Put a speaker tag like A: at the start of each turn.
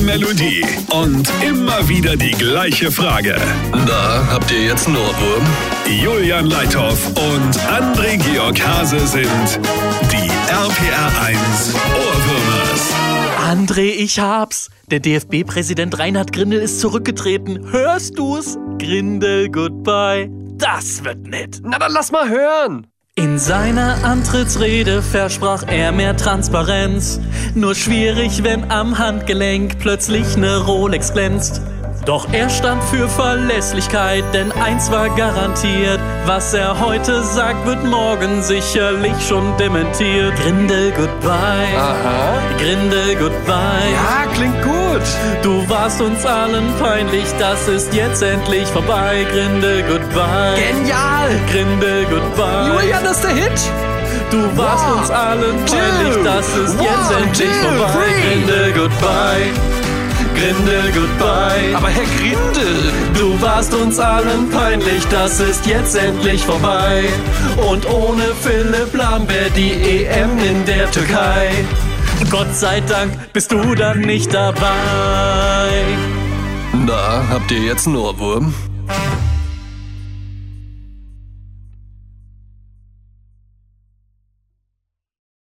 A: Melodie und immer wieder die gleiche Frage.
B: Na, habt ihr jetzt einen Ohrwurm?
A: Julian Leithoff und André Georg Hase sind die RPR 1 Ohrwürmers.
C: André, ich hab's. Der DFB-Präsident Reinhard Grindel ist zurückgetreten. Hörst du's? Grindel, goodbye. Das wird nett.
D: Na dann lass mal hören.
C: In seiner Antrittsrede versprach er mehr Transparenz. Nur schwierig, wenn am Handgelenk plötzlich ne Rolex glänzt. Doch er stand für Verlässlichkeit, denn eins war garantiert. Was er heute sagt, wird morgen sicherlich schon dementiert. Grindel, goodbye.
D: Aha.
C: Grindel, goodbye.
D: Ja, klingt gut.
C: Du warst uns allen peinlich, das ist jetzt endlich vorbei. Grindel, goodbye.
D: Genial.
C: Grindel, goodbye.
D: Julian, das ist der Hit.
C: Du warst
D: One,
C: uns allen
D: two,
C: peinlich, das ist jetzt
D: one,
C: endlich
D: two,
C: vorbei.
D: three.
C: Grindel, goodbye. Grindel, goodbye.
D: Aber Herr Grindel.
C: Du warst uns allen peinlich, das ist jetzt endlich vorbei. Und ohne Philipp Lahm wär die EM in der Türkei. Gott sei Dank bist du dann nicht dabei.
B: Na, habt ihr jetzt einen Ohrwurm?